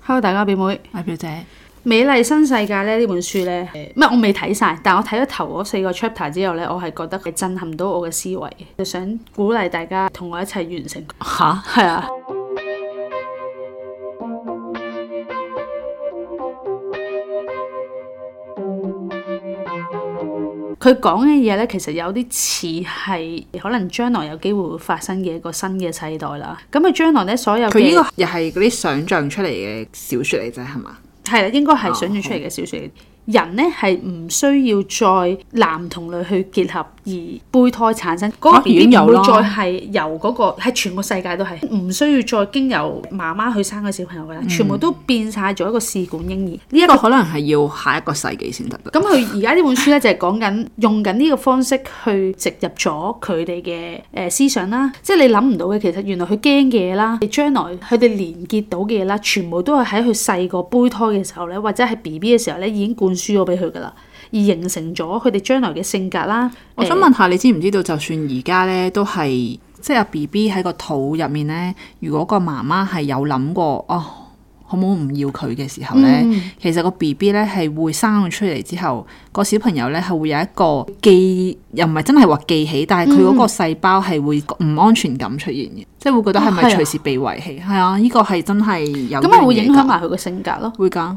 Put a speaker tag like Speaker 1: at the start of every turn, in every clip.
Speaker 1: Hello，大家表妹。
Speaker 2: 阿表姐，
Speaker 1: 美麗新世界咧呢本書咧，誒唔係我未睇晒，但我睇咗頭嗰四個 chapter 之後咧，我係覺得係震撼到我嘅思維嘅，就想鼓勵大家同我一齊完成。
Speaker 2: 吓
Speaker 1: 係啊，佢講嘅嘢咧，其實有啲似係可能將來有機會會發生嘅一個新嘅世代啦。咁佢將來咧所有嘅
Speaker 2: 佢呢個又係嗰啲想像出嚟嘅小說嚟啫，係嘛？
Speaker 1: 係啦，應該係
Speaker 2: 啊
Speaker 1: 想象出嚟嘅小説。人咧係唔需要再男同女去結合而胚胎產生嗰、個
Speaker 2: 啊
Speaker 1: B
Speaker 2: 已
Speaker 1: B
Speaker 2: 經
Speaker 1: 唔
Speaker 2: 有
Speaker 1: 會
Speaker 2: 啦
Speaker 1: 再係由嗰、個係全個世界都係唔需要再經由媽媽去生個小朋友㗎
Speaker 2: 嗯
Speaker 1: 啦，全部都變晒做一個試管嬰兒。
Speaker 2: 呢一個可能係要下一個世紀先得。
Speaker 1: 咁佢而家呢本書咧就係講緊用緊呢個方式去植入咗佢哋嘅誒思想啦，即係你諗唔到嘅，其實原來佢驚嘅嘢啦，你將來佢哋連結到嘅嘢啦，全部都係喺佢細個胚胎嘅時候咧，或者係 B B 嘅時候咧已經灌輸咗俾佢噶啦，而形成咗佢哋將來嘅性格啦。
Speaker 2: 我想
Speaker 1: 誒
Speaker 2: 問下，你知唔知道？就算而家咧，都係即係阿 B B 喺個肚入面咧，如果個媽媽係有諗過哦，可唔好唔要佢嘅時候咧，
Speaker 1: 嗯
Speaker 2: 其實個 B B 咧係會生咗出嚟之後，個小朋友咧係會有一個記，又唔係真係話記起，但
Speaker 1: 嗯
Speaker 2: 係佢嗰個細胞係會唔安全感出現嘅，即係會覺得係咪
Speaker 1: 哦係啊
Speaker 2: 隨時被遺棄？係啊，呢個係真係有
Speaker 1: 咁咪啊會
Speaker 2: 樣嘢
Speaker 1: 影響
Speaker 2: 㗎
Speaker 1: 埋佢嘅性格咯。
Speaker 2: 會㗎，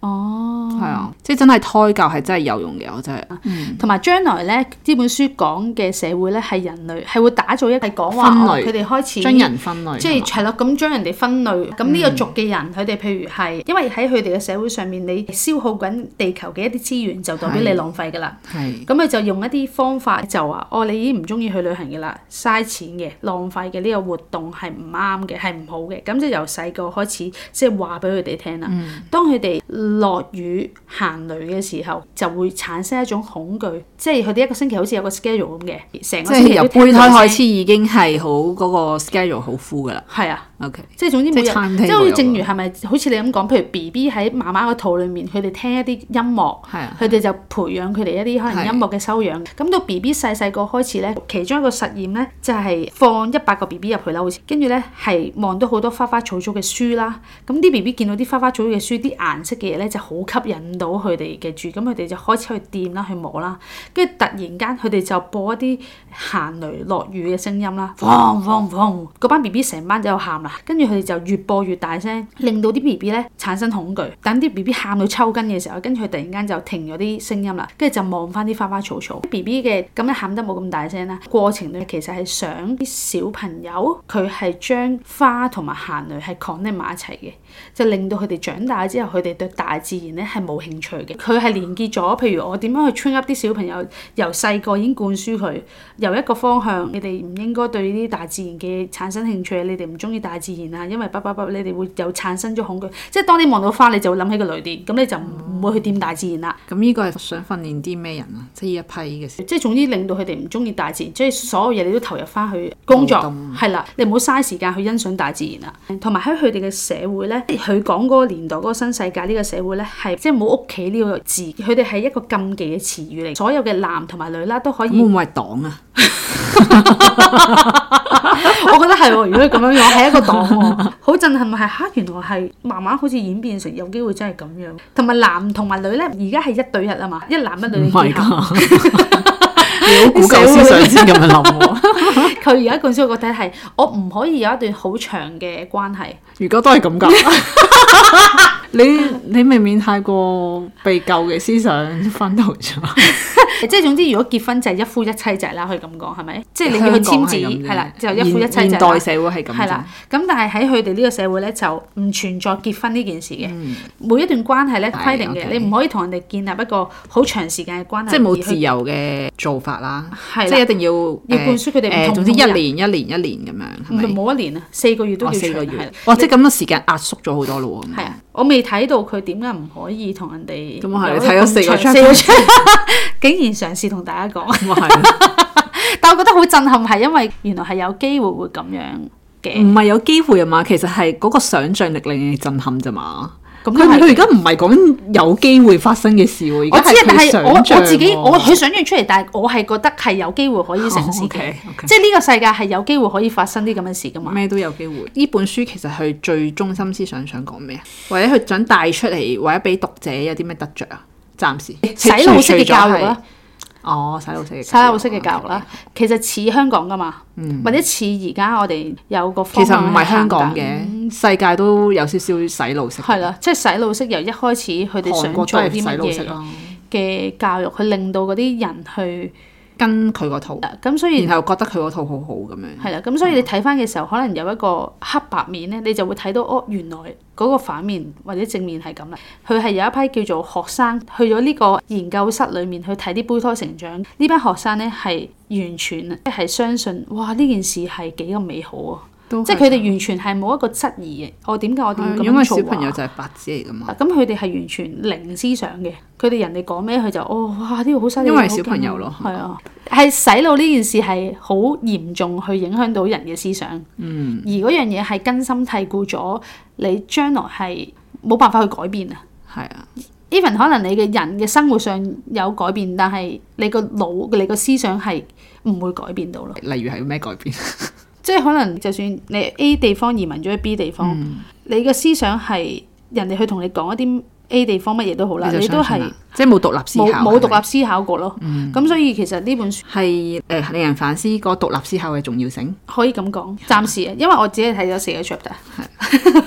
Speaker 1: 哦。啊
Speaker 2: 係啊，即係真係胎教係真係有用嘅，我真係
Speaker 1: 同埋將來咧，呢本書講嘅社會咧係人類係會打造一係講話
Speaker 2: 分
Speaker 1: 哦
Speaker 2: 類
Speaker 1: 佢哋開始
Speaker 2: 將人分類，
Speaker 1: 即
Speaker 2: 係啊
Speaker 1: 係
Speaker 2: 嘛
Speaker 1: 係咯，咁將人哋分類，咁呢個族嘅人，佢哋譬如係，因為喺佢哋嘅社會上面，你消耗緊地球嘅一啲資源，就代表你
Speaker 2: 係
Speaker 1: 浪費㗎啦。
Speaker 2: 係。
Speaker 1: 咁佢就用一啲方法就話：哦，你已經唔中意去旅行嘅啦，嘥錢嘅，浪費嘅呢個活動係唔啱嘅，係唔好嘅。咁就由細個開始，即係話俾佢哋聽啦。當佢哋落雨行雷嘅時候，就會產生一種恐懼，即係佢哋一個星期好似有個 schedule 咁嘅，成
Speaker 2: 即
Speaker 1: 個星
Speaker 2: 係
Speaker 1: 期
Speaker 2: 由
Speaker 1: 都聽
Speaker 2: 胚
Speaker 1: 到
Speaker 2: 胎
Speaker 1: 聲
Speaker 2: 開始已經係好嗰個 schedule 好 full 噶啦。
Speaker 1: 係啊。
Speaker 2: OK，
Speaker 1: 即係總之每日，
Speaker 2: 即係 timetable
Speaker 1: 即係好似
Speaker 2: 有
Speaker 1: 正如
Speaker 2: 個
Speaker 1: 係咪好似你咁講，譬如 B B 喺媽媽個肚裡面，佢哋聽一啲音樂，
Speaker 2: 係啊，
Speaker 1: 佢哋就培養佢哋一啲可能
Speaker 2: 係
Speaker 1: 音樂嘅修養。咁到 B B 細細個開始咧，其中一個實驗咧就係、放一百個 B B 入去啦，好似跟住咧係望到好多花花草草嘅書啦。咁啲 B B 見到啲花花草草嘅書，啲顏色嘅嘢咧就好吸引到佢哋嘅注意，咁佢哋就開始去掂啦，去摸啦。跟住突然間佢哋就播一啲行雷落雨嘅聲音啦，嗡嗡嗡，嗰班 B B 成班就喺度喊啦，跟住佢哋就越播越大聲，令到啲 B B 咧產生恐懼。等啲 B B 喊到抽筋嘅時候，跟住佢突然間就停咗啲聲音啦，跟住就望翻啲花花草草。B B 嘅咁樣喊得冇咁大聲啦，過程咧其實係想啲小朋友佢係將花同埋行雷係 connect 埋一齊嘅。就令到佢哋長大之後，佢哋對大自然咧係冇興趣嘅。佢係連結咗，譬如我點樣去 train up 啲小朋友，由細個已經灌輸佢，由一個方向，你哋唔應該對呢啲大自然嘅產生興趣，你哋唔中意大自然啊，因為不不不，你哋會有產生咗恐懼。即係當你望到花，你就會諗起個雷電，咁你就唔會去掂大自然啦。
Speaker 2: 咁呢個係想訓練啲咩人啊？即係呢一批嘅事。
Speaker 1: 即係總之令到佢哋唔中意大自然，即係所有嘢你都投入翻去工作
Speaker 2: 勞動，
Speaker 1: 係啦，你唔好嘥時間去欣賞大自然啦。同埋喺佢哋嘅社會咧，佢講嗰個年代嗰個新世界呢個社會咧，係即係冇屋企呢個字，佢哋係一個禁忌嘅詞語嚟，所有嘅男同埋女啦都可
Speaker 2: 咁會
Speaker 1: 以。
Speaker 2: 唔會係黨啊？
Speaker 1: 我覺得係喎，如果佢咁樣樣係一個黨喎， 好震撼係嚇，原來係慢慢好似演變成有機會真係咁樣。同埋男同埋女咧，而家係一對一啊嘛，一男一女
Speaker 2: 唔
Speaker 1: 嘅結
Speaker 2: 係
Speaker 1: 合。
Speaker 2: 㗎，你好古舊思想先咁樣 諗喎。
Speaker 1: 佢而家灌輸個體係，我唔可以有一段好長嘅關係。
Speaker 2: 如果都係咁㗎， 你你未免太過被舊嘅思想熏陶咗。
Speaker 1: 即係總之，如果結婚就係一夫一妻制啦，可以咁講係 咪？即係你要去簽字
Speaker 2: 香港係咁啫
Speaker 1: 係啦，就一夫一妻
Speaker 2: 現
Speaker 1: 制
Speaker 2: 現
Speaker 1: 啦
Speaker 2: 代。社會係咁
Speaker 1: 係
Speaker 2: 啫
Speaker 1: 啦。，咁但係喺佢哋呢個社會咧，就唔存在結婚呢件事嘅。每一段關係咧
Speaker 2: 嗯係
Speaker 1: 規定嘅，
Speaker 2: OK
Speaker 1: 你唔可以同人哋建立一個好長時間嘅關係，
Speaker 2: 即係
Speaker 1: 而
Speaker 2: 冇
Speaker 1: 去
Speaker 2: 自由嘅做法啦，
Speaker 1: 係啦
Speaker 2: 即係一定要
Speaker 1: 要灌輸佢哋唔
Speaker 2: 誒
Speaker 1: 同
Speaker 2: 誒總之
Speaker 1: 唔
Speaker 2: 一
Speaker 1: 同人
Speaker 2: 年一年一年咁樣，係
Speaker 1: 唔
Speaker 2: 咪
Speaker 1: 係？冇一年啊，四個月都
Speaker 2: 哦
Speaker 1: 要長
Speaker 2: 四個
Speaker 1: 係啦
Speaker 2: 月，哇！即係咁嘅時間壓縮咗好多咯喎。
Speaker 1: 係啊，我未睇到佢點解唔可以同人哋
Speaker 2: 咁啊係
Speaker 1: 有一
Speaker 2: 你睇咗
Speaker 1: 咁
Speaker 2: 四個
Speaker 1: 長
Speaker 2: chapter
Speaker 1: 四個 chapter 竟然嘗試同大家講。
Speaker 2: 咁啊係啊
Speaker 1: 但我覺得好震撼，係因為原來係有機會會咁樣嘅。
Speaker 2: 嗯唔係有機會啊嘛？其實係嗰個想像力令你震撼啫嘛。
Speaker 1: 咁
Speaker 2: 佢
Speaker 1: 都係
Speaker 2: 佢而家唔係講有機會發生嘅事喎，
Speaker 1: 我
Speaker 2: 而
Speaker 1: 知
Speaker 2: 家
Speaker 1: 啊，但
Speaker 2: 係佢
Speaker 1: 係我
Speaker 2: 想像
Speaker 1: 我自己
Speaker 2: 喎
Speaker 1: 我佢想象出嚟，但係我係覺得係有機會可以成事嘅，
Speaker 2: 哦，OK，OK
Speaker 1: 即係呢個世界係有機會可以發生啲咁嘅事噶嘛。
Speaker 2: 咩都有機會。呢本書其實佢最中心思想想講咩啊？或者佢想帶出嚟，或者俾讀者有啲咩得着啊？暫時
Speaker 1: 洗腦式嘅教育啦，
Speaker 2: 哦，洗腦式嘅
Speaker 1: 洗腦式嘅教育啦，其實似香港噶嘛，或者似而家我哋有個
Speaker 2: 哦其
Speaker 1: 方
Speaker 2: 實
Speaker 1: 向
Speaker 2: 唔
Speaker 1: 係
Speaker 2: 係香港
Speaker 1: 行緊，
Speaker 2: 嘅，世界都有少少洗腦式。
Speaker 1: 係啦，即係洗腦式由一開始佢哋
Speaker 2: 韓
Speaker 1: 想
Speaker 2: 國都
Speaker 1: 做
Speaker 2: 係
Speaker 1: 啲
Speaker 2: 洗
Speaker 1: 乜
Speaker 2: 腦式
Speaker 1: 嘢
Speaker 2: 啦，
Speaker 1: 嘅教育，去令到嗰啲人去
Speaker 2: 跟佢個套，
Speaker 1: 咁，所以
Speaker 2: 然後覺得佢個套好好咁樣。
Speaker 1: 係啦，咁所以你睇翻嘅時候，可能有一個黑白面咧，你就會睇到哦，原來嗰個反面或者正面係咁啦。佢係有一批叫做學生去咗呢個研究室裏面去睇啲胚胎成長，呢班學生咧係完全即係相信哇呢件事係幾咁美好啊！
Speaker 2: 都
Speaker 1: 即係佢哋完全係冇一個質疑嘅，我點解我點
Speaker 2: 係
Speaker 1: 咁
Speaker 2: 因為
Speaker 1: 樣
Speaker 2: 小
Speaker 1: 做
Speaker 2: 朋友
Speaker 1: 啊？
Speaker 2: 就係白紙嚟噶嘛。
Speaker 1: 嗱咁佢哋係完全零思想嘅，佢哋人哋講咩佢就哦哇呢個好犀利，
Speaker 2: 因為
Speaker 1: 好勁啊
Speaker 2: 小朋友咯
Speaker 1: 係啊，係洗腦呢件事係好嚴重去影響到人嘅思想，嗯，而嗰樣嘢係根深蒂固咗，你將來係冇辦法去改變啊。
Speaker 2: 係啊，
Speaker 1: even 可能你嘅人嘅生活上有改變，但係你個腦、你個思想係唔會改變到咯。
Speaker 2: 例如係咩改變？
Speaker 1: 即係可能就算你 A 地方移民咗去 B 地方，
Speaker 2: 嗯
Speaker 1: 你嘅思想係人哋去同你講一啲 A 地方乜嘢都好啦，
Speaker 2: 就
Speaker 1: 你都
Speaker 2: 相信
Speaker 1: 係
Speaker 2: 啦即係冇獨立思
Speaker 1: 冇
Speaker 2: 考，
Speaker 1: 冇
Speaker 2: 係咪嗯
Speaker 1: 獨立思考過咯。咁、所以其實呢本書
Speaker 2: 係誒、令人反思個獨立思考嘅重要性。
Speaker 1: 可以咁講，暫時啊，因為我只係睇咗四個 chapter，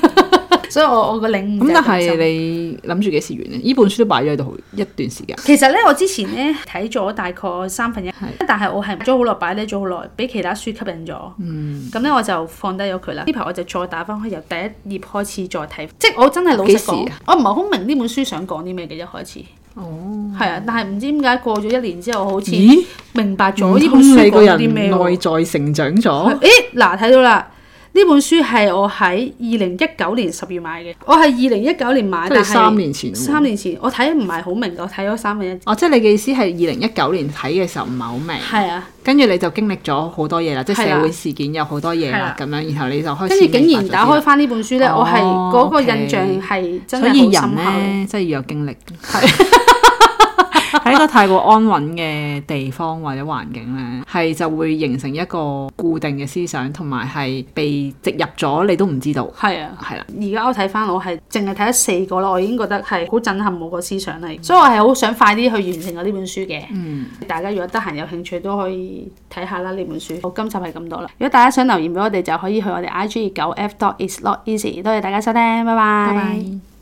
Speaker 1: 所 以我我個領悟
Speaker 2: 咁
Speaker 1: 就
Speaker 2: 但
Speaker 1: 咁
Speaker 2: 係
Speaker 1: 深
Speaker 2: 你諗住幾時完咧？呢本書都擺咗喺度好一段時間。
Speaker 1: 其實咧，我之前咧睇咗大概三分一，但係我係咗好耐，擺低咗好耐，俾其他書吸引咗。嗯，咁咧我就放低咗佢啦。呢排我就再打翻開，由第一頁開始再睇，即係我真係老實
Speaker 2: 幾
Speaker 1: 講
Speaker 2: 時啊，
Speaker 1: 我唔係好明呢本書想講啲咩嘅一開始。
Speaker 2: 哦，
Speaker 1: 係啊，但係唔知點解過咗一年之後，好似
Speaker 2: 咦？
Speaker 1: 明白咗
Speaker 2: 唔
Speaker 1: 呢本
Speaker 2: 通
Speaker 1: 書
Speaker 2: 你
Speaker 1: 嗯講
Speaker 2: 個
Speaker 1: 咗
Speaker 2: 人
Speaker 1: 啲咩喎
Speaker 2: 內在成長
Speaker 1: 誒
Speaker 2: 咗？
Speaker 1: 嗱，睇到啦，呢本書係我喺二零一九年十月買嘅，我係二零一九年買，
Speaker 2: 即係
Speaker 1: 但係
Speaker 2: 三年前喎
Speaker 1: 三年前我睇唔係好明，我睇咗三分一。
Speaker 2: 哦，即係你嘅意思係二零一九年睇嘅時候唔係好明，
Speaker 1: 係啊，
Speaker 2: 跟住你就經歷咗好多嘢啦，即係
Speaker 1: 係啦
Speaker 2: 社會事件有好多嘢啦，
Speaker 1: 係
Speaker 2: 咁樣，然後你就開
Speaker 1: 跟
Speaker 2: 始
Speaker 1: 住竟然
Speaker 2: 明白咗
Speaker 1: 打開翻呢本書咧，
Speaker 2: 哦
Speaker 1: 我係嗰個
Speaker 2: OK
Speaker 1: 印象係真
Speaker 2: 所以
Speaker 1: 係好
Speaker 2: 人
Speaker 1: 深刻。
Speaker 2: 咧，真係要有經歷。 喺一個太過安穩嘅地方或者環境咧，係就會形成一個固定嘅思想，同埋係被植入咗，你都唔知道。
Speaker 1: 係啊。
Speaker 2: 係啦，
Speaker 1: 而家我睇翻，我係淨係睇咗四個啦，我已經覺得係好震撼我個思想嚟，所以我係好想快啲去完成我呢本書嘅。嗯，大家如果得閒有興趣都可以睇下啦呢本書。好，今集係咁多啦。如果大家想留言俾我哋，就可以去我哋 I G 九 F dot is not easy。多謝大家收聽，拜
Speaker 2: 拜拜。